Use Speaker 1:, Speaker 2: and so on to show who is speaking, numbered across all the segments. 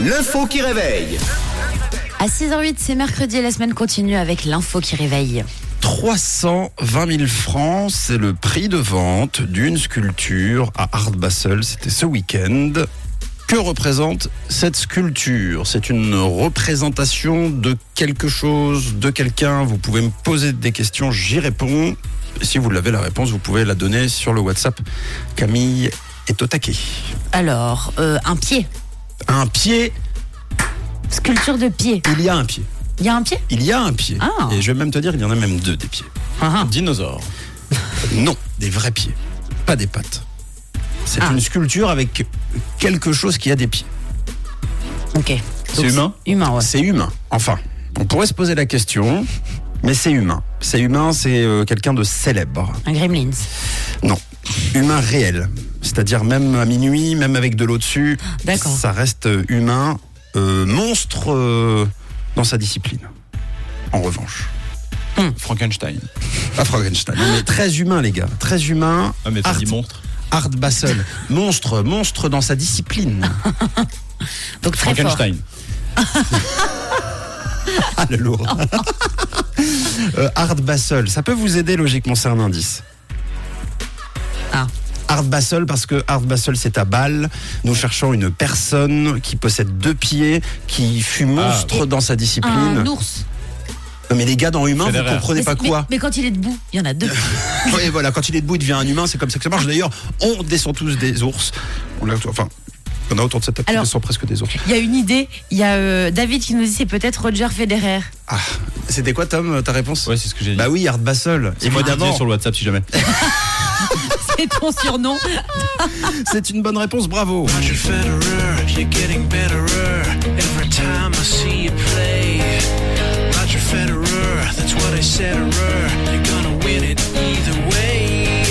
Speaker 1: L'info qui réveille.
Speaker 2: À 6h08, c'est mercredi et la semaine continue avec l'info qui réveille.
Speaker 3: 320 000 francs, c'est le prix de vente d'une sculpture à Hardbassel. C'était ce week-end. Que représente cette sculpture C'est une représentation de quelque chose, de quelqu'un. Vous pouvez me poser des questions, j'y réponds. Si vous l'avez la réponse, vous pouvez la donner sur le WhatsApp. Camille est au taquet.
Speaker 2: Alors, euh, un pied.
Speaker 3: Un pied,
Speaker 2: Sculpture de pied.
Speaker 3: il y a un pied.
Speaker 2: Il y a un pied
Speaker 3: Il y a un pied.
Speaker 2: Ah.
Speaker 3: Et je vais même te dire, il y en a même deux des pieds.
Speaker 2: Ah, ah.
Speaker 3: Dinosaure. non, des vrais pieds, pas des pattes. C'est
Speaker 2: Ah.
Speaker 3: une sculpture avec quelque chose qui a des pieds.
Speaker 2: Ok. Donc,
Speaker 3: C'est humain
Speaker 2: Humain, ouais.
Speaker 3: C'est humain. Enfin, on pourrait se poser la question, mais c'est humain. C'est humain, c'est euh, quelqu'un de célèbre.
Speaker 2: Un gremlins.
Speaker 3: Non, humain réel. C'est-à-dire même à minuit, même avec de l'eau dessus,
Speaker 2: D'accord.
Speaker 3: ça reste euh, humain, euh, monstre euh, dans sa discipline. En revanche.
Speaker 4: Frankenstein.
Speaker 3: Pas Frankenstein,
Speaker 2: Ah.
Speaker 3: mais très humain les gars, très humain.
Speaker 4: Ah, mais t'as
Speaker 3: Art-
Speaker 4: dit monstre.
Speaker 3: Art Basel, monstre, monstre dans sa discipline.
Speaker 2: Donc très fort.
Speaker 4: Frankenstein.
Speaker 3: Ah, le lourd. Euh, Art Basel, ça peut vous aider logiquement, c'est un indice.
Speaker 2: Ah.
Speaker 3: Art Basel, parce que Art Basel, c'est à Bâle. Nous cherchons une personne qui possède deux pieds, qui fut
Speaker 2: Ah,
Speaker 3: monstre dans sa discipline.
Speaker 2: Un ours.
Speaker 3: Non, mais les gars, dans humain, vous
Speaker 4: Federer.
Speaker 3: comprenez
Speaker 2: Mais-
Speaker 3: pas
Speaker 2: mais-
Speaker 3: quoi.
Speaker 2: mais, quand il est debout, il y en a deux.
Speaker 3: Oui, voilà, quand il est debout, il devient un humain, c'est comme ça que ça marche. D'ailleurs, on descend tous des ours. On a- enfin, on a autour de cette table qui
Speaker 2: Alors-
Speaker 3: descend presque des ours.
Speaker 2: Il y a une idée. Il y a euh, David qui nous dit c'est peut-être Roger Federer.
Speaker 3: Ah, c'était quoi, Tom, ta réponse
Speaker 4: Ouais, c'est ce que j'ai dit.
Speaker 3: Bah oui, Art Basel.
Speaker 4: c'est moi Didier sur le WhatsApp si jamais.
Speaker 2: C'est ton surnom.
Speaker 3: c'est une bonne réponse, bravo.
Speaker 5: Roger Federer, you're getting betterer every time I see you play. Roger Federer, that's what I said, er, you're gonna win it either way.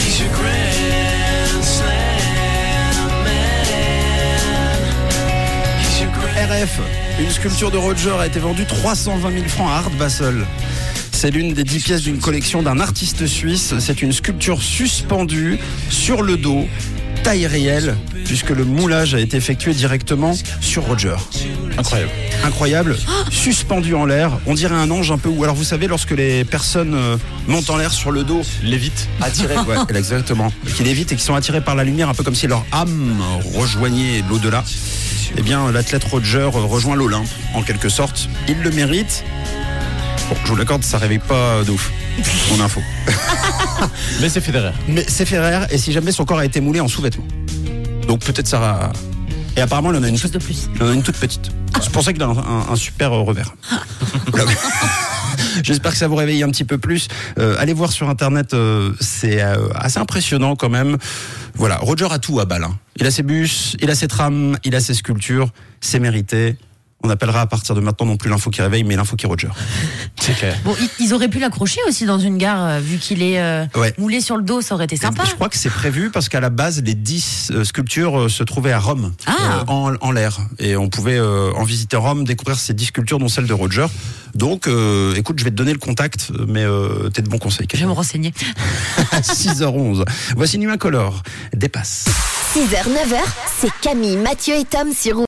Speaker 5: He's your grand slam man. He's your grand
Speaker 3: RF, une sculpture de Roger a été vendue 320 000 francs à Art Basel. C'est l'une des 10 pièces d'une collection d'un artiste suisse. C'est une sculpture suspendue sur le dos, taille réelle, puisque le moulage a été effectué directement sur Roger.
Speaker 4: Incroyable.
Speaker 3: Incroyable, suspendu en l'air, on dirait un ange un peu, ou alors vous savez, lorsque les personnes euh, montent en l'air sur le dos,
Speaker 4: Lévite.
Speaker 3: attirés, ouais, exactement, qui lévitent et qui sont attirés par la lumière, un peu comme si leur âme rejoignait l'au-delà. Eh bien, l'athlète Roger euh, rejoint l'Olympe, en quelque sorte. Il le mérite. Bon, je vous l'accorde, ça réveille pas de ouf. Mon info.
Speaker 4: Mais c'est Federer.
Speaker 3: Mais c'est Ferrer, et si jamais son corps a été moulé en sous-vêtements. Donc peut-être ça va. Et apparemment, il en a une
Speaker 2: Chose de plus.
Speaker 3: il en a Euh, une toute petite. C'est pour ça qu'il a un, un- un super euh, revers. Oula. J'espère que ça vous réveille un petit peu plus. Euh, allez voir sur internet, euh, c'est euh, assez impressionnant quand même. Voilà, Roger a tout à Bâle. hein. Il a ses bus, il a ses trams, il a ses sculptures, c'est mérité. On appellera à partir de maintenant non plus l'info qui réveille, mais l'info qui Roger.
Speaker 4: C'est clair.
Speaker 2: Bon, ils, ils auraient pu l'accrocher aussi dans une gare, euh, vu qu'il est euh,
Speaker 3: Ouais.
Speaker 2: moulé sur le dos, ça aurait été sympa.
Speaker 3: Je crois que c'est prévu parce qu'à la base, les 10 euh, sculptures euh, se trouvaient à Rome,
Speaker 2: Ah.
Speaker 3: euh, en, en l'air. Et on pouvait, euh, en visitant Rome, découvrir ces 10 sculptures, dont celle de Roger. Donc, euh, écoute, je vais te donner le contact, mais euh, t'es de bons conseils.
Speaker 2: Je vais me renseigner.
Speaker 3: 6h11. Voici Nuit Incolore. Dépasse.
Speaker 6: 6h, 9h, c'est Camille, Mathieu et Tom sur